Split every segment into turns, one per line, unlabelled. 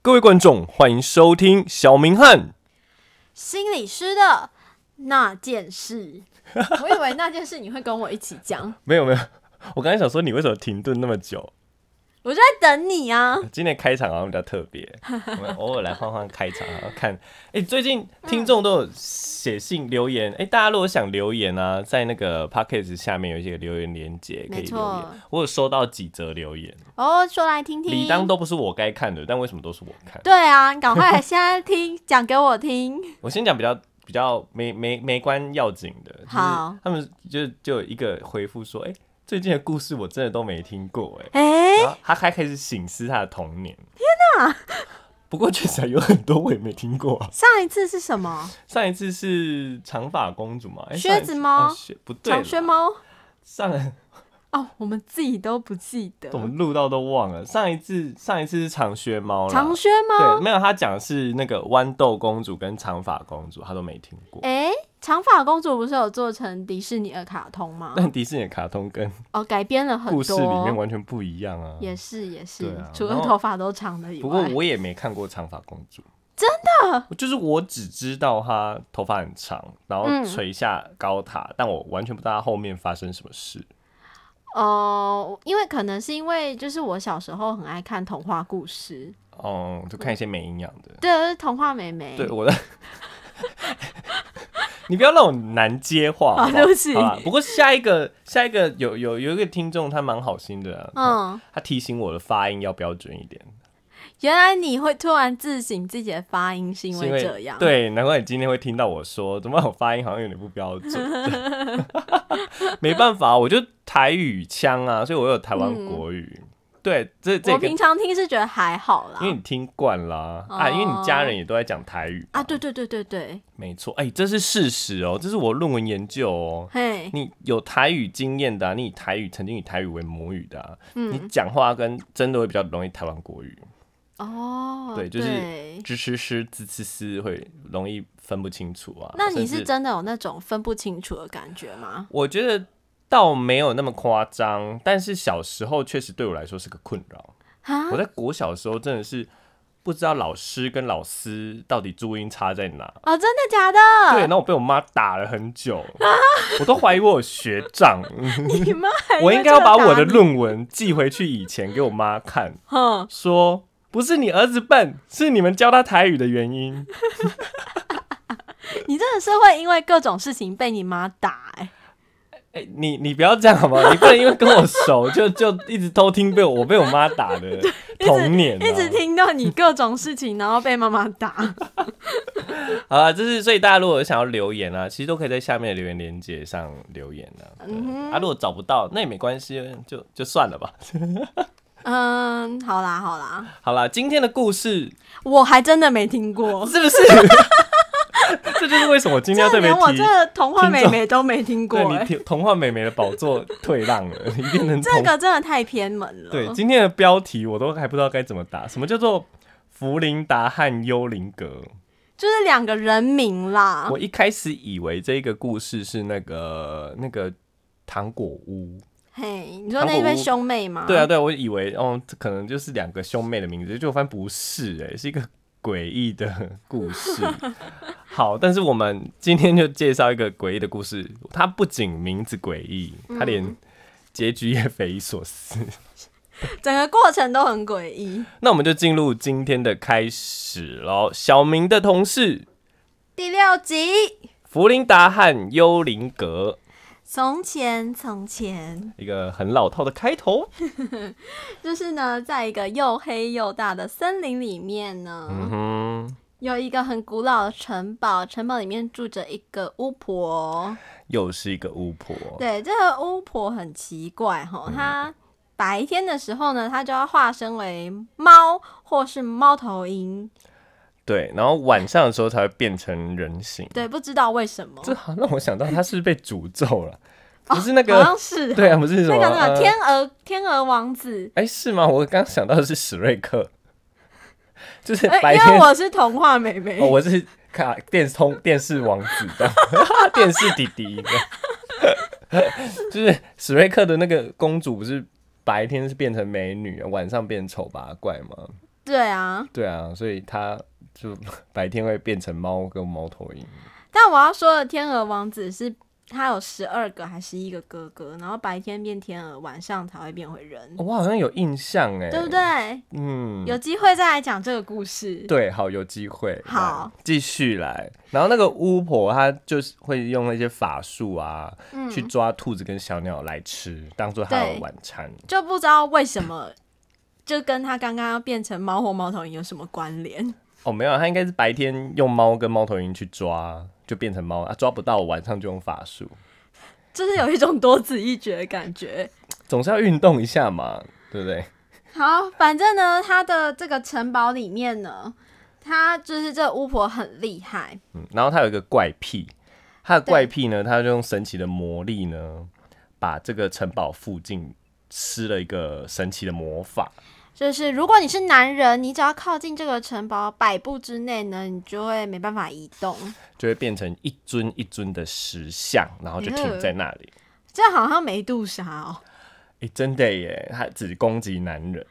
各位观众，欢迎收听小明汉。
心理师的那件事。 我以为那件事你会跟我一起讲，
没有没有， 我刚才想说你为什么停顿那么久？
我就在等你啊。
今天开场好像比较特 别，我们偶尔来换换开场，然后看。哎、最近听众都有写信留言，哎、大家如果想留言啊，在那个 p o c k e t 下面有一些留言连接可以
没
留
错
言。我有收到几则留言，
哦，说来听听。
理当都不是我该看的，但为什么都是我看？
对啊，你赶快现在听，讲给我听。
我先讲比较比较没没没关要紧的，就是
好
他们就就有一个回复说，哎、最近的故事我真的都没听过、哎、
哎、
然后他还开始醒思他的童年。天哪！ 不过确实有很多我也没听过、啊。
上一次是什么？
上一次是长发公主嘛？哎
靴子猫
上一次哦靴不对啦，
长靴猫？
上
哦，我们自己都不记得
我。们录到都忘了。上一次上一次是长靴猫啦
长靴
对，
猫？
没有他讲的是那个豌豆公主跟长发公主，他都没听过。
哎、长发公主不是有做成迪士尼的卡通吗？
但迪士尼的卡通跟
哦，改编了很
嗯故事里面
多。
完全不一样啊。
也是也是，
对啊
除
然
了
后
头发都长了以
不过
外，
我也没看过长发公主，
真
的，就是我只知道她头发很长，然后
嗯
垂下高塔，但我完全不知道她后面发生什么事。
哦、因为可能是因为就是我小时候很爱看童话故事，
哦、就看一些没营养的。
对，就是童话妹妹，
对我的， 你不要让我难接 话好
好
不好
啊对不起
好吧不过下一个下一个有有有一个听众，他蛮好心的、啊，嗯，
嗯，
他提醒我的发音要标准一点，
原来你会突然自省自己的发音是因
是因
为
为
这样，，
对，难怪你今天会听到我说，怎么我发音好像有点不标准？ 没办法，我就台语腔啊，所以我有台
嗯
湾国语。对，这这
我
个，因
平常听是觉得还好啦，
为你听惯啦、啊，因为你家人也都在讲台语
哦啊，
嘛
对，对对对对，
没错，哎、这是事实哦，这是我论文研究哦。
嘿，
你有台语经验的、啊，你以台语曾经以台语为母语的、啊，你
嗯，
讲话跟真的会比较容易台湾国语，
哦，
对就是
对
吱吱吱、吱吱吱会容易分不清楚啊。
那
甚
你是
至
真的有那种分不清楚的感觉吗？
我觉得倒没有那么夸张，但是小时候确实对我来说是个困扰。
啊
我，在国小的时候真的是不知道老师跟老师到底注音差在哪，
哦，真的假
对，
的？
然后我被我妈打了很久，我都怀疑我有学障，
你妈啊 还
我
因
应该
为这
要
个
把
打
我的
你，
论文寄回去以前给我妈看，
哼，
说不是你儿子笨，是你们教他台语的原 因。
你真的是会因为各种事情被你妈打、哎，
哎、你你不要这样好不好？你不能因为跟我熟就 就一直偷听被我我被我妈 打的童年、啊
一直听到你各种事情，然后被妈妈 打。
好啊，就是所以大家如果有想要留言啊，其实都可以在下面的留言链接上留言啊。对
嗯哼
啊，如果找不到那也没关系，就就算了吧。
嗯，好啦好啦，
好啦，今天的故事哦
我还真的没听过，
是不 是？这就是为什么我今天要特别
连我
提
这，个童话妹妹都没听过、
对你
哎，
提童话美眉的宝座退让了，你变成
这
童
个真的太偏门了。
对今天的标题我都还不知道该怎么打，什么叫做弗林达和幽灵阁？
就是两个人名啦
我。一开始以为这个故事是那个那个糖果屋，
嘿，你说那一
糖果
对
屋
兄妹吗？
对啊，，对啊，我以为哦，这可能就是两个兄妹的名字，就发现不是、欸，是一个诡异的 故事。好，但是我们今天就介绍一个诡异的故事，它不仅名字诡异，它连结局也匪夷所思。
整个过程都很诡异。
那我们就进入今天的开始喽。小明的同事
第六集，
弗林达和幽灵阁，
从前从前，
一个很老套的开头。
就是呢，在一个又黑又大的森林里面呢，
嗯哼。
有一个很古老的城堡，城堡里面住着一个巫婆。
又是一个巫婆。嗯
对，这个巫婆很奇怪哈，她白天的时候呢，她就要化身为猫或是猫头鹰，
对，然后晚上的时候才会变成人形。
对，不知道为什么，
这好像让我想到她是不是被诅咒了，不是那
好
个
像是
对啊，不是什么
那个那个
呃
天鹅天鹅王子。
哎是吗？我刚想到的是史瑞克， 就是
哎、
白
因为
天
我是童话妹妹，
哦，我是卡电通电视王子这样， 电视弟弟这样 就是史瑞克的那个公主不是白天是变成美女，晚上变成丑八怪吗？
对啊，
对啊，所以它就白天会变成猫跟猫头鹰。
但我要说的天鹅王子是他有十二个还是一个哥哥，然后白天变天鹅，晚上才会变回人，
哦我好像有印象哎，
对不？对？
嗯，
有机会再来讲这个故事。
对，好，有机会，
好
来，继续来。然后那个巫婆她就是会用那些法术啊，
嗯
去抓兔子跟小鸟来吃，当做她的
对
晚餐。
就不知道为什么，就跟他刚刚要变成猫或猫头鹰有什么关联？
哦，没有，她应该是白天用猫跟猫头鹰去抓，就变成猫啊，抓不到，晚上就用法术，
就是有一种多此一举的感觉。
总是要运动一下嘛，对不对？
好，反正呢，他的这个城堡里面呢，他就是这巫婆很厉害，
嗯，然后她有一个怪癖，她的
对
怪癖呢，她就用神奇的魔力呢，把这个城堡附近施了一个神奇的魔法。
就是如果你是男人，你只要靠近这个城堡百步之内呢，你就会没办法移动。
就会变成一尊一尊的石像，然后就
嗯
停在那里。
这好像梅杜莎哦，
诶，真的耶，他只攻击男人。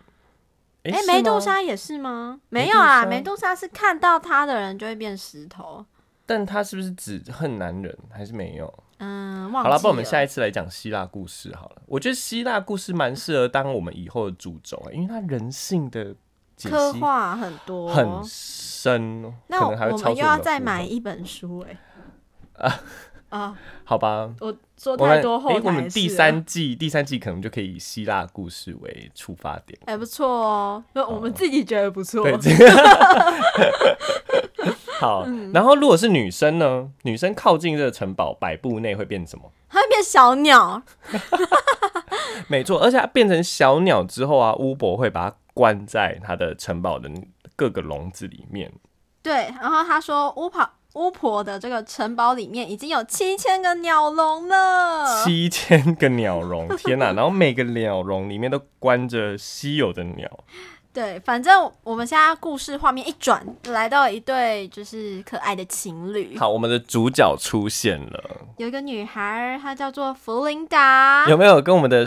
诶，
诶，
是吗
梅杜，莎也是吗？
梅
没
杜
有
莎
啦，梅杜莎是看到他的人就会变石头。
但他是不是只恨男人，还是没有？
嗯，
好
忘记
了，不然我们
了
下一次来讲希腊故事好了。我觉得希腊故事蛮适合当我们以后的主轴、欸，因为它人性的解
刻
析
画很多，
很深哦，
那
可
我
能还会
我
超出
们
我
又
们
要
的
再
负荷
买一本书哎、啊
好吧？
我说
我
太
们
多后
诶
台、
我们第，三季，第三季可能就可以以希腊故事为出发点。
还不错哦、那我们自己觉得不错。
对， 这个好。然后如果是女生呢？女生靠近这个城堡百步内会变什么？
它会变小鸟，
没错，而且它变成小鸟之后啊，巫婆会把它关在她的城堡的各个笼子里面。
对。然后他说巫婆巫婆的这个城堡里面已经有七千个鸟笼了，
七千个鸟笼，天哪、然后每个鸟笼里面都关着稀有的鸟，
对。反正我们现在故事画面一转，来到一对就是可爱的情侣，
好，我们的主角出现了，
有一个女孩，她叫做弗琳达，
有没有跟我们的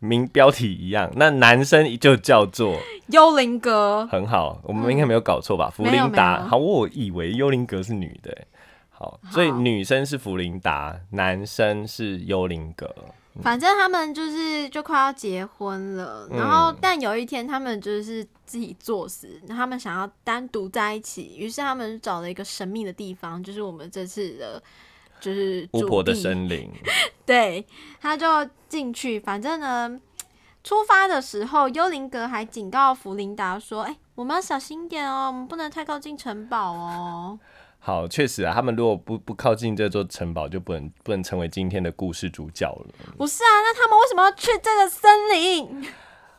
名标题一样？那男生就叫做
幽灵哥，
很好，我们应该没有搞错吧？弗
嗯没有
琳达，
没有
好，我以为幽灵格是女的欸，好，所以女生是弗琳达，男生是幽灵格，
反正他们就是就快要结婚了，
嗯
然后但有一天他们就是自己作死，他们想要单独在一起，于是他们就找了一个神秘的地方，就是我们这次的，就是
巫
主
婆的
地
森林，
对，他就进去，反正呢，出发的时候，幽灵阁还警告弗琳达说：“哎、我们要小心一点哦，我们不能太靠近城堡哦。
好，确实啊，他们如果不不靠近这座城堡，就不能不能成为今天的故事主角了。”
不是啊，那他们为什么要去这个森林？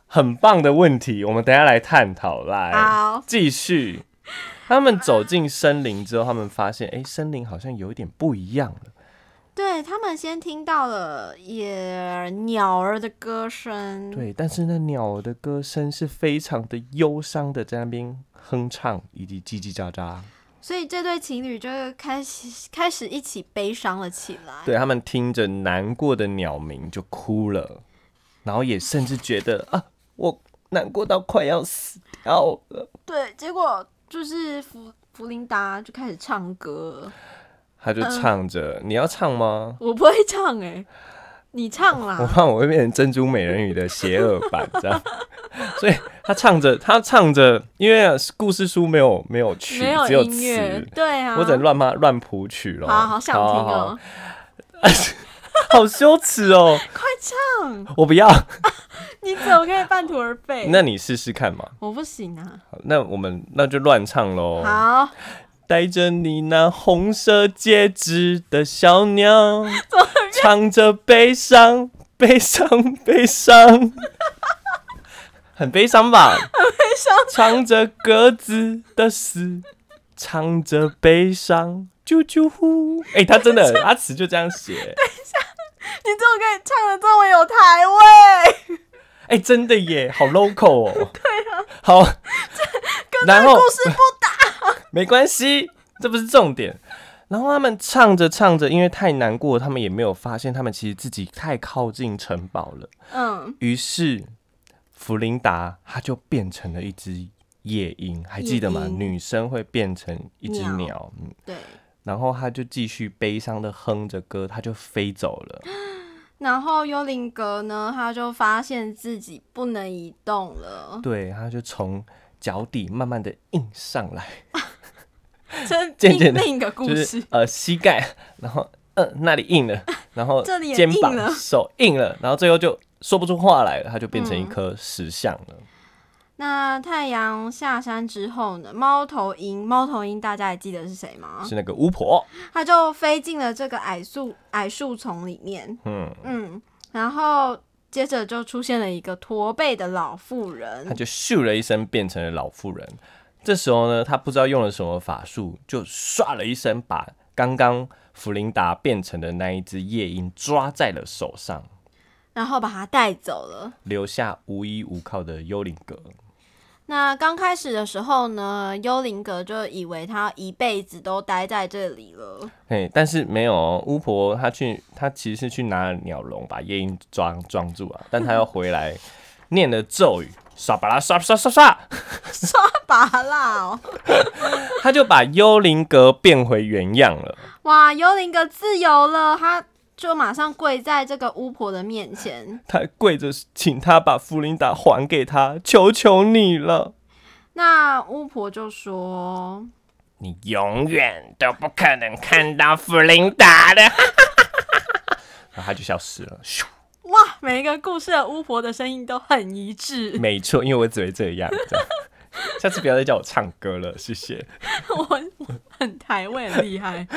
很棒的问题，我们等一下来探讨，来
好，
继续。他们走进森林之后，他们发现，哎、森林好像有一点不一样了。
对他们先听到了野鸟儿的歌声，
对，但是那鸟的歌声是非常的忧伤的，在那边哼唱以及叽叽喳
哎
喳。
所以这对情侣就开始开始一起悲伤了起来。
对他们听着难过的鸟鸣就哭了，然后也甚至觉得啊，我难过到快要死掉了。
对，结果就是弗弗琳达就开始唱歌，
他
嗯
就唱着，你要唱吗？
我不会唱哎、你唱
我
啦。
怕我会变成珍珠美人鱼的邪恶版这样，所以他唱着，他唱着，因为故事书没有没有曲，
没有
只有
音乐
词，，
对啊，
我只能乱骂乱谱曲咯。
好好想听
好好
哦、
好羞耻哦！
快唱！
我不要，
你怎么可以半途而废？
那你试试看嘛。
我不行啊。
好那我们那就乱唱喽。
好，
带着你那红色戒指的小鸟，唱着悲伤，悲伤，悲伤，很悲伤吧？很悲伤。唱着鸽子的死，唱着悲伤，啾啾呼。哎、他真的，他词就这样写。
你怎么可以唱的这么有台位？
哎、真的耶，好 local 哦。 对啊。好，然后
故事不
没关系，这不是重点。然后他们唱着唱着，因为太难过，他们也没有发现他们其实自己太靠近城 堡了。
嗯，
于是弗琳达她就变成了一只夜莺，还记得吗？
夜莺
女生会变成一只鸟，嗯，
对，
然后她就继续悲伤的哼着歌，她就飞走 了。
然后幽灵阁呢，他就发现自己不能移动 了，
对，她就从脚底慢慢的印上来，
这
渐渐
另
地
另一个故
就
事
是。呃膝盖，然后嗯、呃那里硬了，然后
这里也
肩膀
硬了
手硬了，然后最后就说不出话来了，她就变成一
嗯
颗石像了。
那太阳下山之后呢，猫头鹰，猫头鹰大家还记得是谁吗？
是那个巫婆，
它就飞进了这个矮树矮树丛里面，
嗯，
嗯，然后接着就出现了一个驼背的老妇
她
人，
就咻了一声变成了老妇人。这时候呢，她不知道用了什么法术，就唰了一声把刚刚弗琳达变成的那一只夜莺抓在了手上，
然后把它带走了。
留下无依无靠的幽灵阁。
那刚开始的时候呢，幽灵阁就以为他一辈子都待在这里了，
嘿，但是没有哦巫婆，她去，她其实是去拿鸟笼把夜莺装装住啊， 但她要回来念了咒语，刷巴拉刷刷刷刷，
拔啦、哦！
她就把幽灵阁变回原样了。
哇，幽灵阁自由了，他就马上跪在这个巫婆的面 前。
她跪着请她把弗琳达还给她，求求你了。
那巫婆就说
你永远都不可能看到弗琳达的。 然后她就消失了。咻：“
哇， 每一个故事的巫婆的声音都很一致，
没错，因为我只会这样。这样下次不要再叫我唱歌了，谢谢。
我我很台味，很厉害。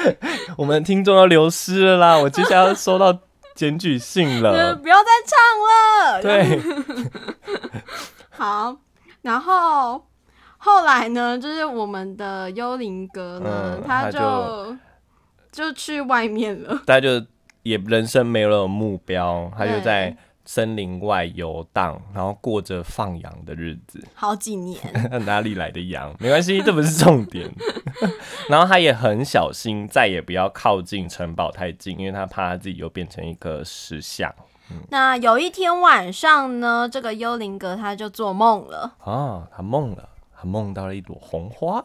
我们听众要流失了啦，我接下来要收到检举信
呃，
了。
不要再唱了。，
对，
好，然后后来呢，就是我们的幽灵哥呢，
嗯
他
他
就
就
就去外面了。
大家就也人生没有了目标，她就
对
在森林外游荡，然后过着放羊的日子。
好几年，
他哪里来的羊？没关系，这不是重点。然后他也很小心，再也不要靠近城堡太近，因为他怕他自己又变成一个石像
那有一天晚上呢，这个幽灵哥他就做梦了。
啊。他梦了，他梦到了一朵红花，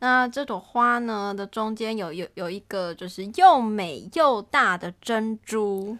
那这朵花呢的中间有有有一个就是又美又大的珍珠，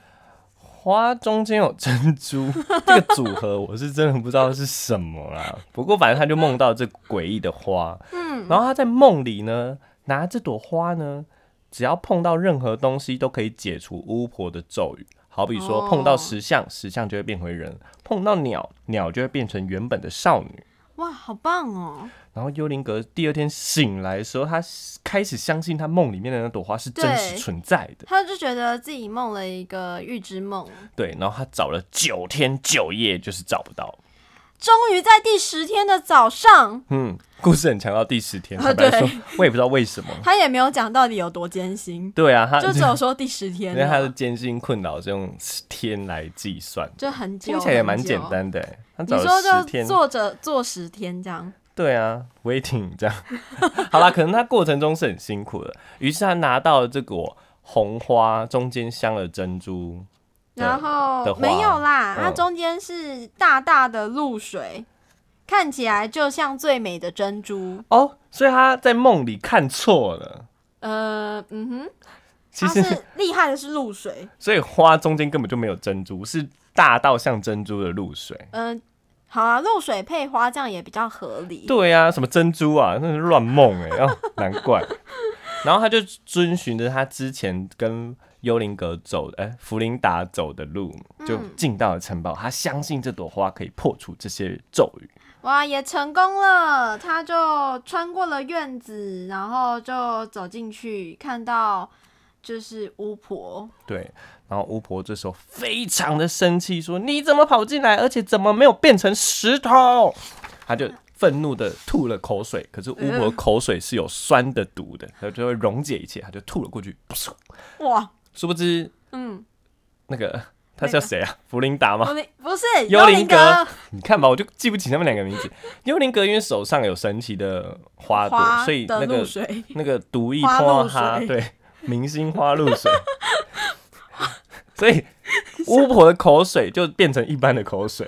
花中间有珍珠， 这个组合我是真的不知道是什么啦。不过反正他就梦到这诡异的花，
嗯，
然后他在梦里呢，拿这朵花呢，只要碰到任何东西都可以解除巫婆的咒语。好比说
哦
碰到石像，石像就会变回人；碰到鸟，鸟就会变成原本的少女。
哇，好棒哦！
然后幽灵阁第二天醒来的时候，他开始相信他梦里面的那朵花是真实
对
存在的。
他就觉得自己梦了一个预知梦，
对，然后他找了九天九夜，就是找不到。
终于在第十天的早上，
嗯，故事很强到第十天，
啊
坦白说
对，
我也不知道为什么。
他也没有讲到底有多艰辛，
对啊，他
就只有说第十天
因
了，
为他的艰辛困扰是用天来计算的。
就很久，
听起来也蛮
很久
简。单的欸，他
你
找
说
了十
就
天，
坐着坐十天这样，
对啊，waiting 这样。 好啦，可能他过程中是很辛苦的，于是他拿到了这朵红花，中间镶了珍珠，对
然
的
后
话
没有啦，
嗯
它中间是大大的露水，看起来就像最美的珍珠。
哦，所以他在梦里看错了。
呃，嗯哼，
其
它
实，
是厉害的是露水，
所以花中间根本就没有珍珠，是大到像珍珠的露水。
嗯、好啊，露水配花这样也比较合理。
对啊，什么珍珠啊，那是乱梦哎，哦，难怪。然后他就遵循着他之前跟幽灵阁走的，哎、弗琳达走的路，就进到了城堡。他相信这朵花可以破除这些咒语。
哇，也成功了！他就穿过了院子，然后就走进去，看到就是巫婆。
对，然后巫婆这时候非常的生气，说：“你怎么跑进来，而且怎么没有变成石头？”他就愤怒的吐了口水，可是巫婆口水是有酸的毒的，它就会溶解一切，他就吐了过去。
哇，
殊不知
嗯，
那个他叫谁啊？ 弗琳达吗？
幽灵不是
幽灵
灵
阁，
嗯
你看吧，我就记不起他们两个名字。幽灵阁因为手上有神奇的花朵，
花
所以
的
那
露
个
水，
那个毒液
花
花
露
哈，
水
对，明星花露 水。所以巫婆 的口水就变成一般的口水，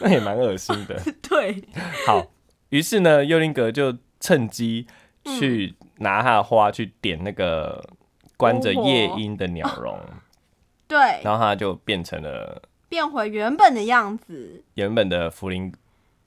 那也蛮恶心的。
对，
好，于是呢，幽灵阁就趁机
嗯
去拿他的花去点那个关着夜莺的鸟 笼，
对，
然后它就变成了
变回原本的样子。
原本的福林。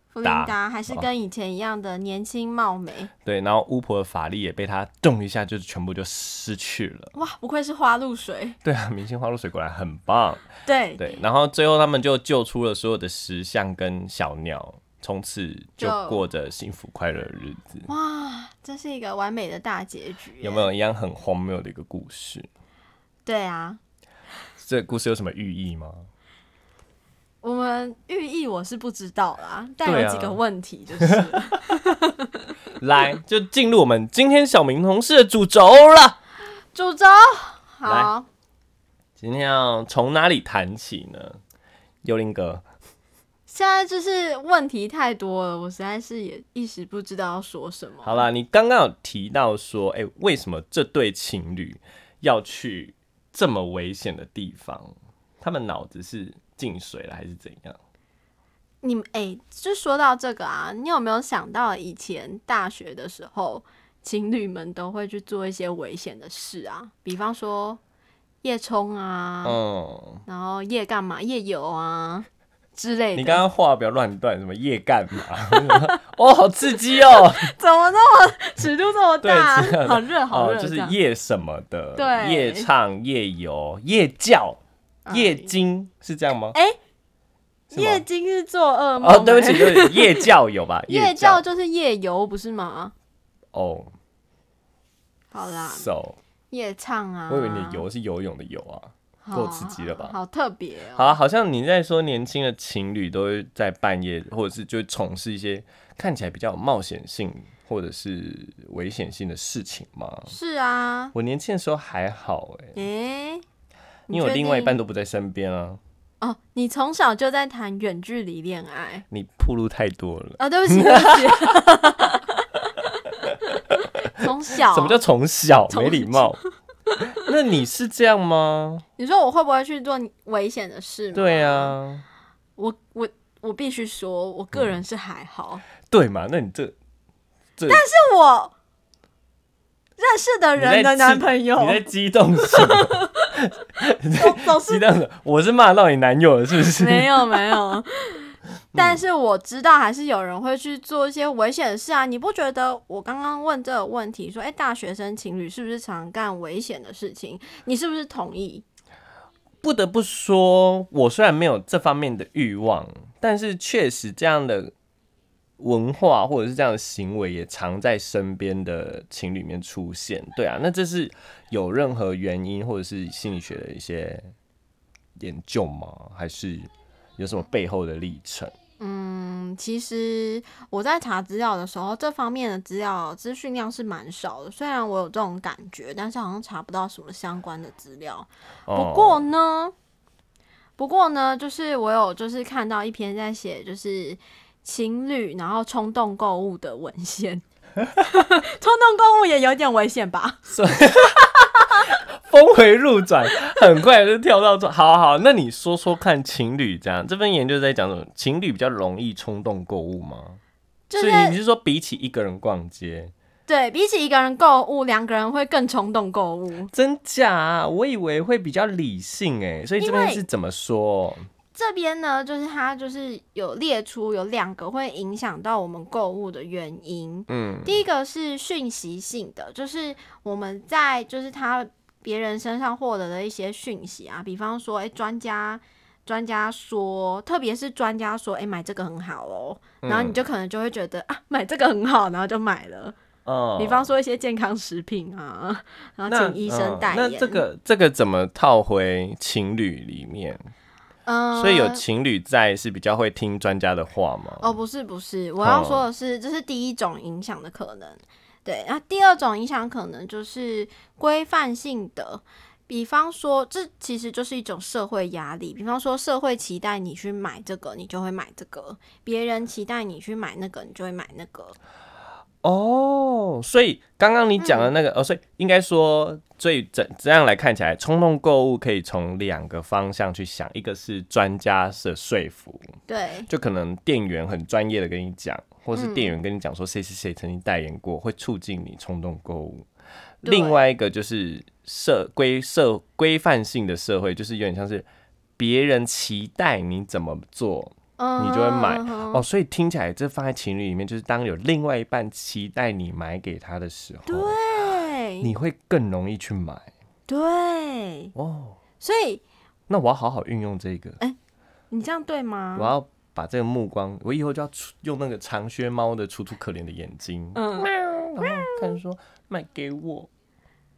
弗琳达还
哦
是跟以前一样的年轻貌美，
对，然后巫婆的法力也被他动一下，就是全部就失去了。
哇，不愧是花露水。
对啊，明星花露水果然很棒。
对，
对，然后最后他们就救出了所有的石像跟小鸟，从此就
就
过着幸福快乐的日子。
哇，这是一个完美的大结局。
有没？有一样很荒谬的一个故事？
对啊，
这故事有什么寓意吗？
我们寓意我是不知道啦，但
对啊
有几个问题就是，
啊 来，就进入我们今天小明同事的主轴了。
主轴好，
今天要从哪里谈起呢？幽灵哥，
现在就是问题太多了，我实在是也一时不知道要说什么。
好啦，你刚刚有提到说，哎、为什么这对情侣要去这么危险的地方？他们脑子是进水了还是怎样？
你们哎、就说到这个啊，你有没有想到以前大学的时候，情侣们都会去做一些危险的事啊？比方说夜冲啊，
嗯，
然后夜干嘛、夜游啊之类的。
你刚刚话不要乱断，什么夜干嘛？ 哦，好刺激哦！
怎么那么尺度这么
对
大
这样？
好热，好
哦，
热、
就是
这样
夜什么的，
对
夜唱、夜游、夜教、
哎
夜惊，是这样吗？
哎
是吗
夜惊是做噩梦、
哦，对不起，
哎
对不起，夜教有吧？
夜
教
教就是夜游，不是吗？
哦
好啦，
，so，
夜唱啊。
我以为你的游是游泳的游啊。
好
够刺激了吧
好特别哦。
好，好像你在说年轻的情侣都会在半夜，或者是就从事一些看起来比较有冒险性或者是危险性的事情吗？
是啊，
我年轻的时候还好哎、
哎、
因
你
为我
确
另外一半
定
都不在身边啊。
哦，你从小就在谈远距离恋爱
你铺路太多了。
啊、 对不起，对不起， 从小
什么叫从小
哦从
没礼貌？ 那你是这样吗？
你说我会不会去做危险的事吗？
对，啊，
我我我必须说，我个人是还好，
对嘛？那你这这，
是我认识的
你在
人的
激
男朋友
你在激动什么？
总总
激
是
动什么？我是骂到你男友了，是不是？
没有没有。
嗯
但是我知道，还是有人会去做一些危险的事啊！你不觉得我刚刚问这个问题，说，哎、大学生情侣是不是常干危险的事情？你是不是同意？
不得不说，我虽然没有这方面的欲望，但是确实这样的文化或者是这样的行为也常在身边的情侣里面出现。对啊，那这是有任何原因或者是心理学的一些研究吗？还是有什么背后的历程？
嗯，其实我在查资料的时候，这方面的资料资讯量是蛮少的。虽然我有这种感觉，但是好像查不到什么相关的资料。不过
哦
呢，不过呢，就是我有就是看到一篇在写就是情侣然后冲动购物的文献。 冲动购物也有点危险吧？
峰回路转，很快就跳到这。好好，那你说说看，情侣这样这份研究在讲什么？情侣比较容易冲动购物吗？
就是
所以你是说比起一个人逛街，
对比起一个人购物，两个人会更冲动购物。
真假啊？我以为会比较理性哎，所以这
因
边
为
是怎么说？
这边呢，就是它就是有列出有两个会影响到我们购物的原因。
嗯，
第一个是讯息性的，就是我们在就是他别人身上获得的一些讯息啊，比方说，诶，专家专家说，特别是专家说，诶，哎买这个很好哦，
嗯
然后你就可能就会觉得啊，买这个很好，然后就买了。
哦
比方说一些健康食品啊，然后
那
请医生代
嗯
言。
那这，个这个怎么套回情侣里面？
嗯、
所以有情侣在是比较会听专家的话吗？
哦，不是不是，我
哦
要说的是，这是第一种影响的可能。对，那第二种影响可能就是规范性的，比方说，这其实就是一种社会压力。比方说，社会期待你去买这个，你就会买这个；别人期待你去买那个，你就会买那个。
哦，所以刚刚你讲的那个，
嗯
哦，所以应该说，所以怎这样来看起来，冲动购物可以从两个方向去想，一个是专家的说服，
对
就可能店员很专业的跟你讲，或是
嗯
店员跟你讲说谁谁谁曾经代言过，会促进你冲动购物。
对
另外一个就是社规社规范性的社会，就是有点像是别人期待你怎么做，
嗯，
你就会买
嗯哼
哦，所以听起来这放在情侣里面，就是当有另外一半期待你买给他的时候，
对，
你会更容易去买
对，
哦。
所以
那我要好好运用这个，
你这样对吗
我？要把这个目光，我以后就要出用那个长靴猫的楚楚可怜的眼睛，
嗯，
然后看说卖给我，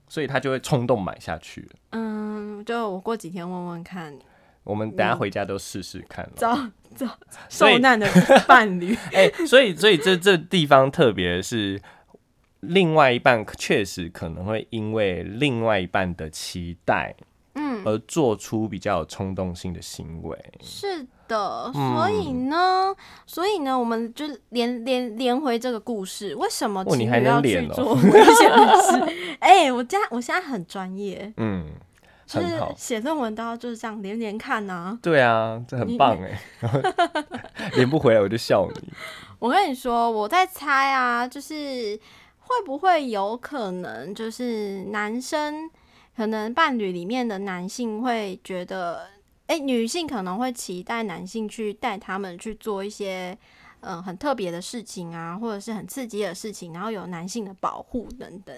所以他就会冲动买下去了。
嗯，就我过几天问问看，
我们等下回家都试试看了。
找找
所以
受难的伴侣。
哎、所以所以这这地方特别是另外一半确实可能会因为另外一半的期待，
嗯，
而做出比较有冲动性的行为。
是的，
嗯
所以呢，所以呢，我们就连连连回这个故事，为什么
哦你
情
还
侣
能
要
连
去
哦
做 危险的事？ 哎、我家我现在很专业，
嗯，
就
很
是
好。
写论文都要就是这样连连看呐、
对啊，这很
你
棒哎、 然后连不回来我就笑你。
我跟你说，我在猜啊，就是会不会有可能，就是男生可能伴侣里面的男性会觉得，哎、女性可能会期待男性去带他们去做一些。嗯，很特别的事情啊，或者是很刺激的事情，然后有男性的保护等等。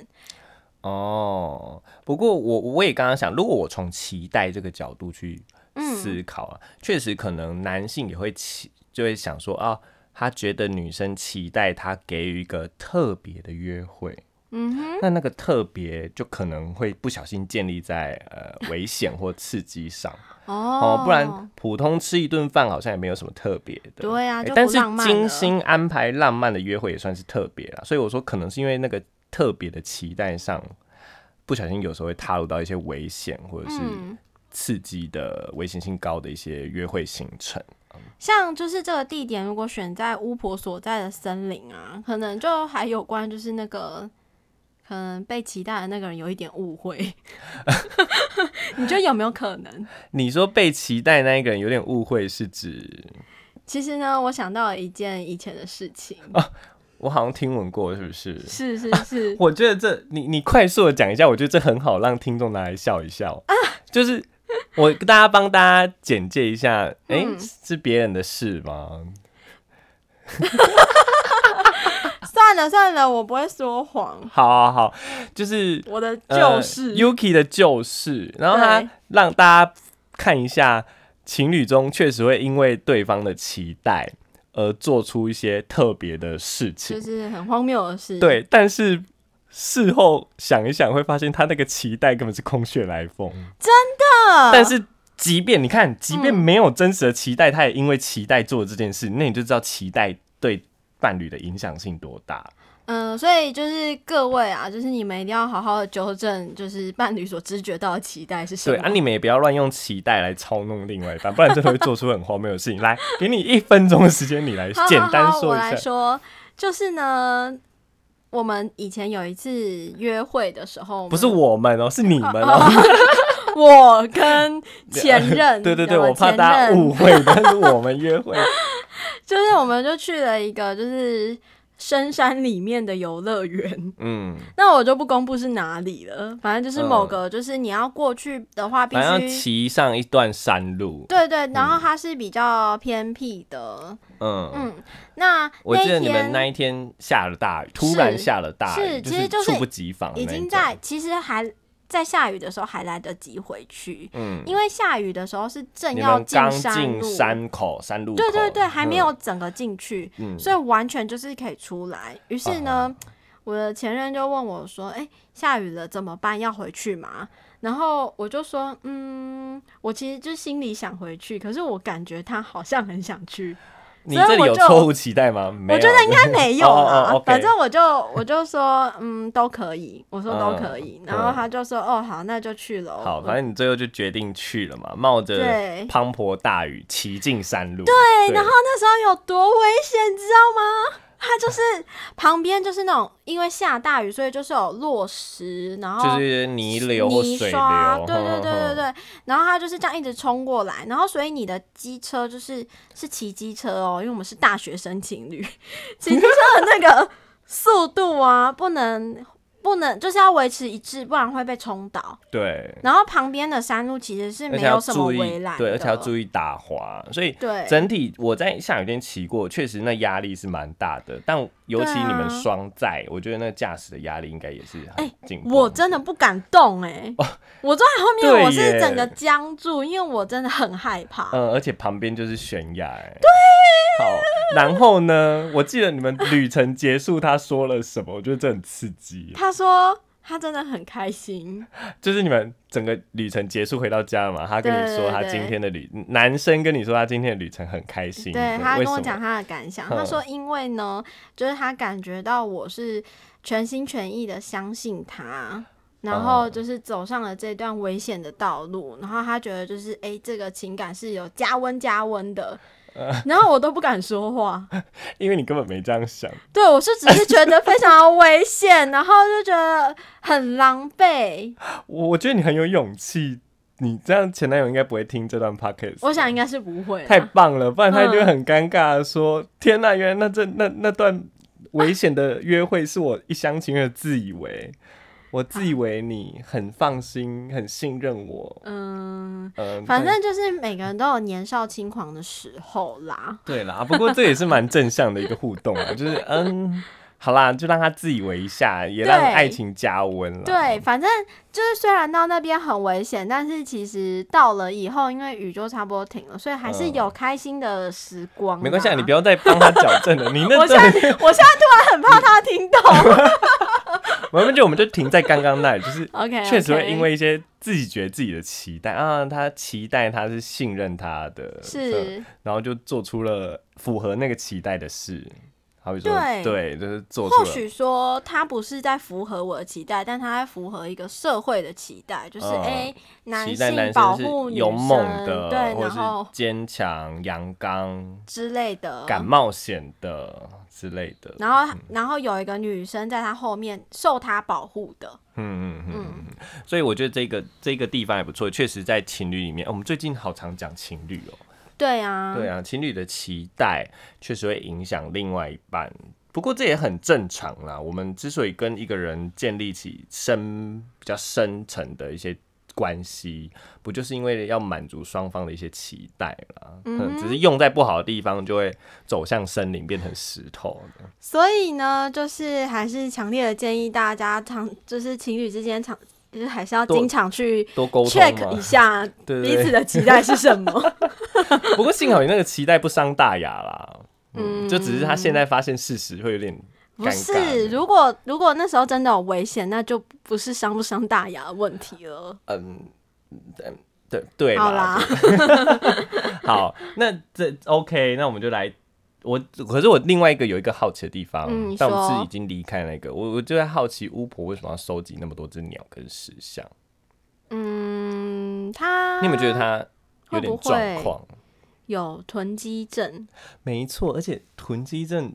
哦，不过我我也刚刚想，如果我从期待这个角度去
嗯
思考啊，确、实可能男性也会期就会想说啊，他觉得女生期待他给予一个特别的约会，
嗯哼，
那那个特别就可能会不小心建立在呃危险或刺激上
哦
哦，不然普通吃一顿饭好像也没有什么特别的。
对啊，
欸
就
但
不
是
浪漫了
精心安排浪漫的约会也算是特别啦，所以我说可能是因为那个特别的期待上，不小心有时候会踏入到一些危险或者是
嗯，
刺激的、危险性高的一些约会行程。
像就是这个地点，如果选在巫婆所在的森林啊，可能就还有关就是那个，可能被期待的那个人有一点 误会， 你觉得有没有可能？
你说被期待那一个人有点误会，是指
其实呢，我想到了一件以前的事情，
哦我好像听闻过，是不是？
是是是，
我觉得这你你快速的讲一下，我觉得这很好，让听众拿来笑一笑。
啊
就是我大家帮大家简介一下，哎、
嗯
是别人的事吗？
算了算了，我不会说谎，
好 好好，就是
我的就
呃
是、
Yuki 的旧事，然后
对
他让大家看一下，情侣中确实会因为对方的期待而做出一些特别的事
就
情，
是很荒谬的事，，
对，但是。事后想一想，会发现他那个期待根本是空穴来风。
嗯
但是，即便你看，即便没有真实的期待，他也因为期待做了这件事，那你就知道期待对伴侣的影响性多大。
嗯，所以就是各位啊，就是你们一定要好好的纠正，就是伴侣所知觉到的期待是什
对
么。
啊，你们也不要乱用脐带来操弄另外一半，不然真的会做出很荒谬的事情。来，给你一分钟的时间，你来
好
简单
好好
说
我
一
来
下。
说，就是呢，我们以前有一次约会的时候，
不是
我
我们哦，是你们
啊
哦。
们我跟前 任，
对对对，
有
我怕
前
大家
任
误会，但是我们约会，
就是我们就去了一个就是深山里面的游乐园，
嗯，
那我就不公布是哪里了，反正就是某
嗯
个，就是你要过去的话，必
反正要
须。
骑上一段山路。
对对，然后它是比较偏僻的，
嗯，
嗯，那
我
那一
记得你们
天
那一天下了大雨，突然
是
下了大雨，
是其实
就
就是
猝不及防，
已经在，其实还在下雨的时候还来得及回去，
嗯，
因为下雨的时候是正
你
要
们刚
山
进
路，
山口山路口，
对对对，还
嗯
没有整个进去，
嗯啊
所以完全就是可以出来。于是呢，我的前任就问我说：“哎、下雨了怎么办？要回去吗？”然后我就说：“嗯，我其实就心里想回去，可是我感觉他好像很想去。”
你
所以
这里
我
有
就
错误期待吗？没
我觉
有
得应该没有
哦
啦
哦，，OK
反正我就我就说，嗯，都可以，我说都可以，
嗯
然后他就说，哦，好，那就去喽。
好，反正你最后就决定去了嘛，冒着
对
滂沱大雨骑进山路。对，
对，然后那时候有多危险，你知道吗？它就是旁边就是那种因为下大雨，所以就是有落石，然后
就是泥流或
泥
水
刷，
流，
对对对对
哼哼
对。然后它就是这样一直冲过来，然后所以你的机车就是是骑机车哦，因为我们是大学生情侣， 骑机车的那个速度啊，不能不能就是要维持一致，不然会被冲倒。
对，
然后旁边的山路其实是
而
没
且要
有什么
注意
围栏，
对，而且要注
意，
意打滑，所以
对，
整体我在下雨天骑过，确实那压力是蛮大的，但尤其
对啊
你们双载，我觉得那驾驶的压力应该也是很
哎
紧绷。
我真的不敢动哎、我坐在后
哦对
面，我
耶
是整个僵住，因为我真的很害怕。
嗯，而且旁边就是悬崖、欸。对。好，然后呢？我记得你们旅程结束，他说了什么？我觉得这很刺激。
他说他真的很开心，
就是你们整个旅程结束回到家嘛，他跟你说
对对
他
对
今天的旅，男生跟你说他今天的旅程很开心。
对他
为
跟我
什么
讲他的感想，
嗯
他说因为呢，就是他感觉到我是全心全意的相信他。然后
哦
就是走上了这段危险的道路，然后他觉得就是哎，这个情感是有加温加温的， 然后我都不敢说话，
因为你根本没这样想。
对我是只是觉得非常的危险，然后就觉得很狼狈，
我我觉得你很有勇气，你这样前男友应该不会听这段 podcast。
我想应啊该是不会啦，
太棒了，不然他就会很尴尬的说：“天呐、原来那这那那段危险的约会是我一厢情愿的自以为，我自以为你很放心、很信任我。
嗯，
嗯，
反正就是每个人都有年少轻狂的时候啦。
对啦，不过这也是蛮正向的一个互动啊， 就是嗯，好啦，就让他自以为一下，也让
对
爱情加温了。
对，反正就是虽然到那边很危险，但是其实到了以后，因为雨就差不多停了，所以还是有开心的时光啦、
嗯没关系啊，你不
要。
要再帮他矫正了。你那
我现
段，
在我现在突然很怕他听懂。
我们就我们就停在刚刚那里，就是
哦 OK，
确实会因为一些自己觉得自己的期待啊，他期待他是信任他的，嗯
是
然后就做出了符合那个期待的事，好比说，
对
对，就是做出
或
了，
许说他不是在符合我的期待，但他在符合一个社会的期待，就是
嗯
哎、
期待
性
男
保
生是
护女
勇猛的，
生对，
或
然
是
后
坚强、阳刚、
之类的。
敢冒险的之类的，
然后，然后有一个女生在他后面受他保护的，
嗯嗯嗯
嗯，
嗯，所以我觉得这个这个地方也不错，确实在情侣里面，哦我们最近好常讲情侣哦，
对啊，
对啊，情侣的期待确实会影响另外一半，不过这也很正常啦。我们之所以跟一个人建立起深比较深层的一些关系，不就是因为要满足双方的一些期待啦？嗯，只是用在不好的地方，就会走向森林，变成石头。
所以呢，就是还是强烈的建议大家常就是情侣之间常就是还是要
多
经常去
多沟通
check 一
嘛，
下
对
彼
对对。
此的期待是什么。
不过幸好你那个期待不伤大雅啦。嗯，
嗯
就只是他现在发现事实会有点尴
不
尬。
是，如果如果那时候真的有危险，那就不是伤不伤大雅的问题了。
嗯，嗯对对
好啦，
好，那这 OK，那我们就来。我可是我另外一个有一个好奇的地方，
嗯你
但我们是
说
已经离开那个，我我就在好奇巫婆为什么要收集那么多只鸟跟石像？
嗯，他
你有没有觉得她有
会
点
不
状
会
况？
有囤积症？
没错，而且囤积症，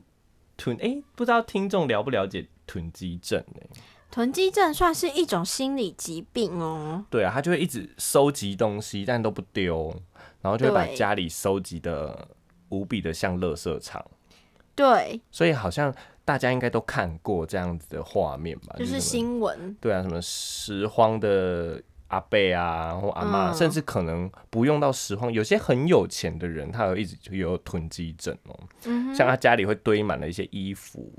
囤哎、不知道听众了不了解囤积症哎、
囤积症算是一种心理疾病哦。
对啊，他就会一直收集东西，但都不丢，然后就会把
对
家里收集的无比的像垃圾场。
对，
所以好像大家应该都看过这样子的画面吧？
就
啊
是
什么
新闻。
对啊，什么拾荒的阿贝啊，或阿妈，
嗯
甚至可能不用到拾荒，有些很有钱的人，他有一直就有囤积症哦、
嗯
像他家里会堆满了一些衣服，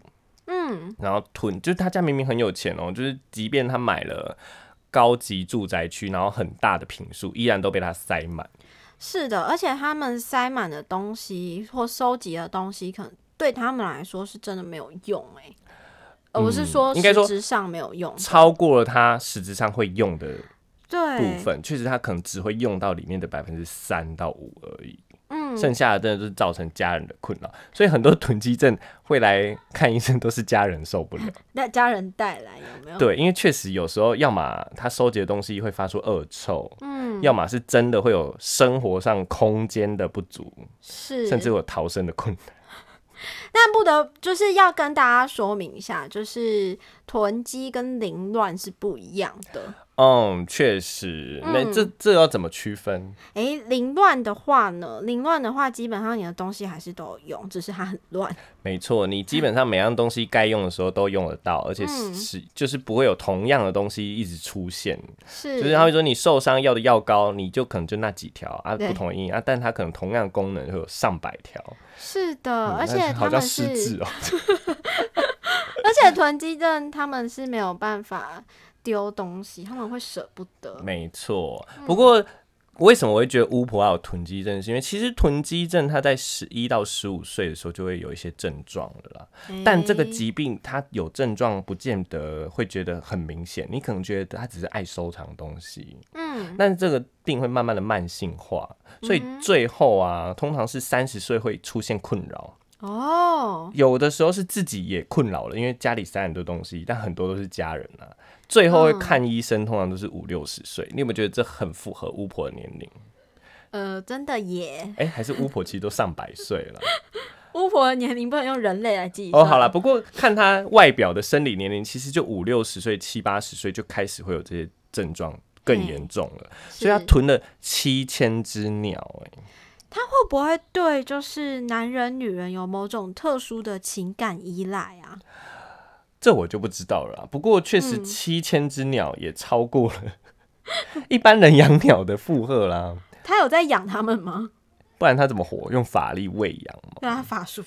嗯，
然后囤，就是他家明明很有钱哦、就是即便他买了。高级住宅区，然后很大的平数，依然都被他塞满。
是的，而且他们塞满的东西或收集的东西，可能对他们来说是真的没有用哎、呃我是说，
嗯应该说
实质上没有用。
超过了他实质上会用的部
对，
分，确实他可能只会用到里面的百分之三到五而已。
嗯，
剩下的真的就是造成家人的困扰，所以很多囤积症会来看医生，都是家人受 不了。
那家人带来有没有？
对，因为确实有时候，要么他收集的东西会发出恶臭，
嗯，
要么是真的会有生活上空间的不足，
是，
甚至有逃生的困难。
但不得就是要跟大家说明一下，就是囤积跟凌乱是不一样 的。
嗯，确实，那
嗯
这这要怎么区分？
诶，凌乱的话呢，凌乱的话，基本上你的东西还是都有用，只是它很乱。
没错，你基本上每样东西该用的时候都用得到，而且
嗯
是、就是不会有同样的东西一直出现。
是，
就是他会说你受伤要的药膏，你就可能就那几条啊，
对
不同的因啊，但它可能同样的功能会有上百条，
是的，
嗯
哦而
那
且他
好像
们
失
是，
智哦。
而且囤积症他们是没有办法丢东西，他们会舍不得。
没错，
嗯
不过。为什么我会觉得巫婆要有囤积症？是因为其实囤积症它在十一到十五岁的时候就会有一些症状了啦。但这个
诶
疾病它有症状，不见得会觉得很明显，你可能觉得它只是爱收藏东西，
嗯，
但是这个病会慢慢的慢性化，所以最后啊，通常是三十岁会出现困扰，
哦，
有的时候是自己也困扰了，因为家里塞很多东西，但很多都是家人啊。最后会
嗯
看医生，通常都是五六十岁。你有没有觉得这很符合巫婆的年龄？
呃，真的耶，
哎、还是巫婆其实都上百岁 了。
巫婆的年龄不能用人类来计算。
哦，好啦，，不过看他外表的生理年龄，其实就五六十岁、七八十岁就开始会有这些症状，更严重了。所以他
嗯是
囤了七千只鸟、哎，
会不会对就是男人女人有某种特殊的情感依赖啊？
这我就不知道了啦。啊不过确实
嗯
七千只鸟也超过了、 一般人养鸟的负荷啦，
他有在养他 们吗？
不然他怎么活？用法力喂养嘛。
对啊，法术，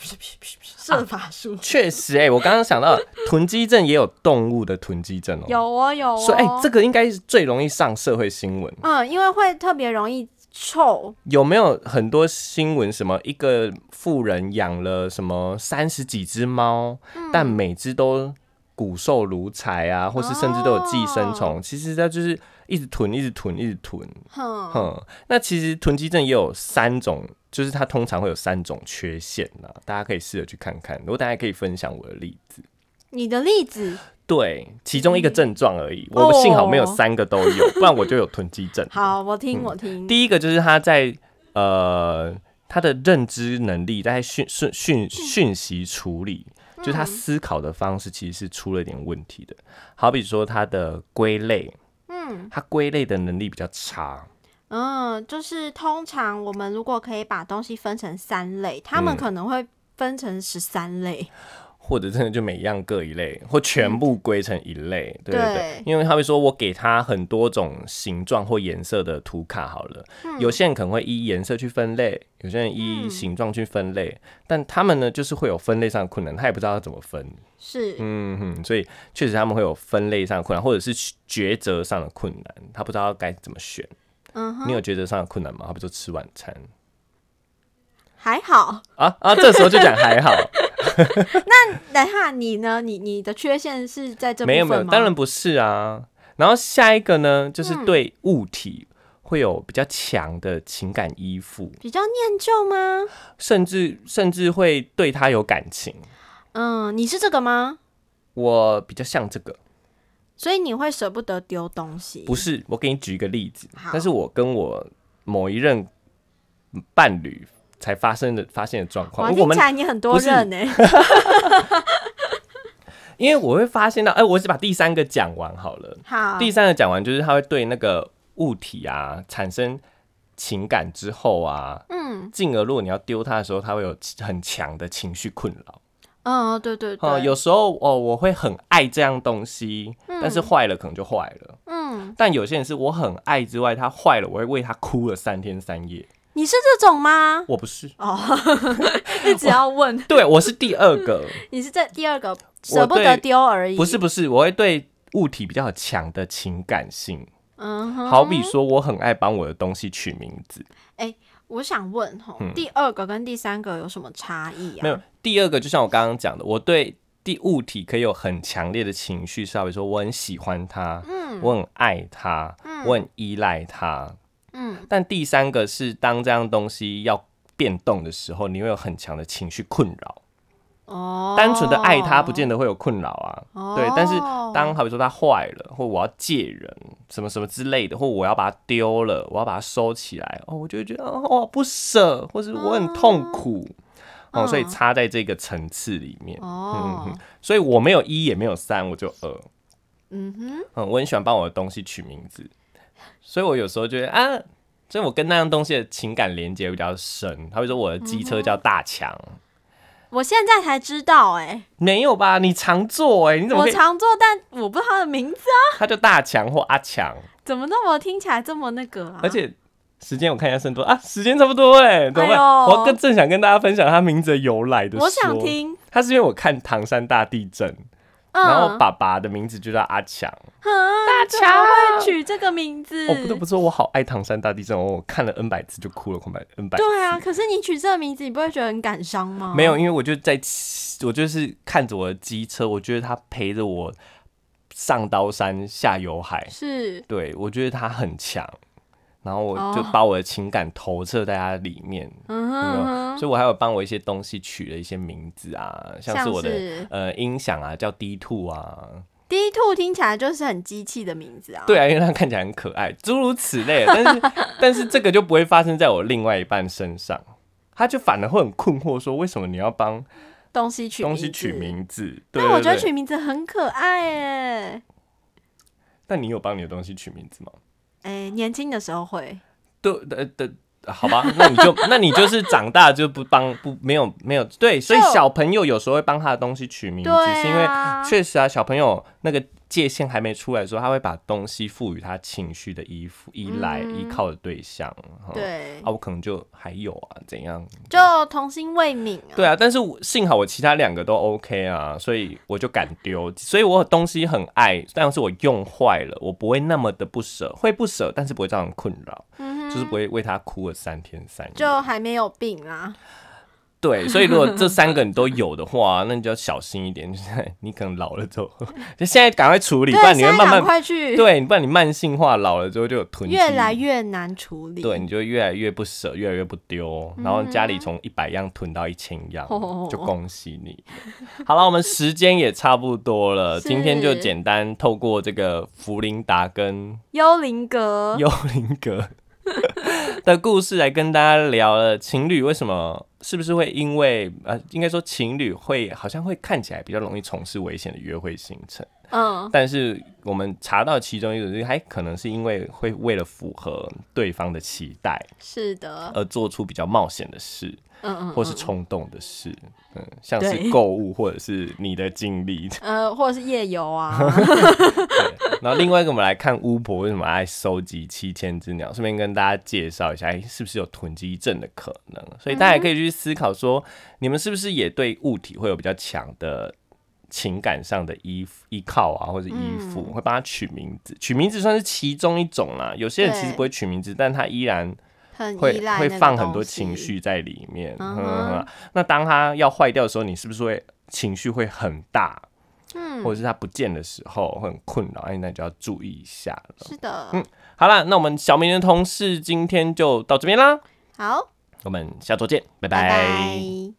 射法术、
确实、哎，我刚刚想到了囤积症也有动物的囤积症哦、
有哦有哦。
所以哎、这个应该是最容易上社会新闻。
嗯，因为会特别容易臭，
有没有很多新闻？什么一个富人养了什么三十几只猫，但每只都骨瘦如柴啊，或是甚至都有寄生虫。其实它就是一直囤，一直囤，一直囤。
哼，
哼，那其实囤积症也有三种，就是它通常会有三种缺陷啊，大家可以试着去看看。我大家可以分享我的例子。
你的例子
对，其中一个症状而已，
嗯
我幸好没有
哦
三个都有，不然我就有囤积症。
好，我听我听。
嗯第一个就是他在呃他的认知能力在讯讯
嗯
讯讯息处理，就是他思考的方式其实是出了点问题的。好比说他的归类，
嗯
他归类的能力比较差，
嗯，就是通常我们如果可以把东西分成三类，他们
嗯
可能会分成十三类。
或者真的就每样各一类，或全部归成一类，对对对
对。
因为他会说，我给他很多种形状或颜色的图卡好了，有些人可能会依颜色去分类，有些人依形状去分类，但他们呢就是会有分类上的困难，他也不知道要怎么分。
是，
嗯哼，所以确实他们会有分类上的困难，或者是抉择上的困难，他不知道该怎么选。
嗯哼，
你有抉择上的困难吗？他不就吃晚餐
还好。
啊啊，这时候就讲还好，
等一下你呢？你你的缺陷是在这部
没有
分
没
吗？嗯
有，当然不是啊。然后下一个呢，就是对物体会有比较强的情感依附，
比较念旧吗？
甚至甚至会对他有感情。
嗯，你是这个吗？
我比较像这个，
所以你会舍不得丢东西？
不是，我给你举一个例子
好，
但是我跟我某一任伴侣才发生的发现的状
哇，
况，我
听
们
起来你很多
不是
人呢、欸
因为我会发现到，哎、我只把第三个讲完好了。
好，
第三个讲完就是他会对那个物体啊产生情感之后啊，
嗯
进而如果你要丢它的时候，它会有很强的情绪困扰。
嗯，对对对，
嗯，有时候哦，我会很爱这样东西，但是坏了可能就坏了。
嗯，
但有些人是我很爱之外，它坏了，我会为它哭了三天三夜。
你是这种吗？哦
我不是，
一直要问，
对我是第二个，
你是这第二个舍不得丢而已，
不是？不是，我会对物体比较有强的情感性。
嗯哼，
好比说，我很爱帮我的东西取名字。
我想问吼，
嗯
第二个跟第三个有什么差异啊？
没有，第二个就像我刚刚讲的，我对第物体可以有很强烈的情绪，稍微说我很喜欢它，我很爱它，我很依赖它，
嗯，
但第三个是当这样东西要变动的时候，你会有很强的情绪困扰。
哦，
单纯的爱它，不见得会有困扰啊。
哦
对，但是当好比说它坏了，或我要借人什么什么之类的，或我要把它丢了，我要把它收起来，哦，我就会觉得哦，我好不舍，或是我很痛苦。哦，所以
嗯
差在这个层次里面。嗯
哦，
所以我没有一也没有三，我就二。
嗯哼，
嗯，我很喜欢帮我的东西取名字，所以我有时候觉得啊，所以我跟那样东西的情感连接比较深。他会说我的机
嗯
车叫大强，
我现在才知道哎，
没有吧？你常坐哎、你怎么
我
可以？
常做，但我不知道他的名字啊，
他叫大强或阿强，
怎么那么听起来这么那个啊？
而且。时间我看一下剩多啊，时间差不多哎、怎么办？
哎呦
我要跟正想跟大家分享他名字的由来的。
我想，听，
他是因为我看唐山大地震，
嗯，
然后爸爸的名字就叫阿强。
大
乔
会取这个名字，
哦，不得不说，我好爱唐山大地震，哦，我看了 N 百次就哭了，恐怕 N 百次。
对啊，可是你取这个名字，你不会觉得很感伤吗？
没有，，因为我就在骑，我就是看着我的机车，我觉得它陪着我上刀山下油海，
是
对我觉得它很强，然后我就
哦
把我的情感投射在它里面，
嗯哼
有没啊有
嗯哼，
所以我还有帮我一些东西取了一些名字啊，像是我的
是
呃音响啊叫 D Two 啊，
第一兔听起来就是很机器的名字啊。
对啊，因为它看起来很可爱，诸如此类的。但是但是这个就不会发生在我另外一半身上，他就反而会很困惑，说为什么你要帮
东西取
东西取
字，
名字？对
但我
对
觉得
对
取名字很可爱哎。
但你有帮你的东西取名字吗？
哎、年轻的时候会，
对，呃的，好吧，那你就那你就是长大就不帮不没有没有对，所以
就
小朋友有时候会帮他的东西取名字，
对啊
是因为确实啊，小朋友那个界限还没出来的时候，他会把东西赋予他情绪的依附、依赖、
嗯
依靠的对象。哈
对，
啊，我可能就还有啊，怎样？
就童心未泯啊。
对啊，但是我幸好我其他两个都 OK 啊，所以我就敢丢，所以我东西很爱，但是我用坏了，我不会那么的不舍，会不舍，但是不会造成困扰，
嗯
就是不会为他哭了三天三夜。
就还没有病啊啦，
对，所以如果这三个你都有的话，那你就要小心一点，就是你可能老了之后， 就现在赶快处理，不
对，
然你会
现在
慢
赶
慢，
快 去，
对，不然你慢性化，老了之后就有囤积，
越来越难处理。
对，你就越来越不舍，越来越不丢，然后家里从一百样囤到一千样，
嗯 哦
就恭喜你。好了，我们时间也差不多了，
是
今天就简单透过这个弗林达跟
幽灵阁，
幽灵阁 的故事来跟大家聊了情侣为什么是不是会因为呃，应该说情侣会好像会看起来比较容易从事危险的约会行程。
嗯，
但是我们查到其中一种，还可能是因为会为了符合对方的期待，
是的，
而做出比较冒险的事，
嗯嗯，
呃或是
嗯
冲动的事，嗯，像是
对
购物或者是你的经历。
呃，或者是夜游啊，
对， 然后另外一个我们来看巫婆为什么爱收集七千只鸟，顺便跟大家介绍一下，哎，是不是有囤积症的可能？所以大家也可以去思考说，你们是不是也对物体会有比较强的情感上的依附依靠啊，或者依附，会帮它取名字？取名字算是其中一种啦。有些人其实
对
不会取名字，但他依然
很
会
依赖
会
那个
放很
东
多
西
情，绪在里面。嗯
嗯哼
哼那当它要坏掉的时候，你是不是会情绪会很大，
嗯，
或者是它不见的时候会很困扰？哎，那你就要注意一下了。
是的，
好啦，那我们小明的同事今天就到这边啦，
好，
我们下周见，拜
拜拜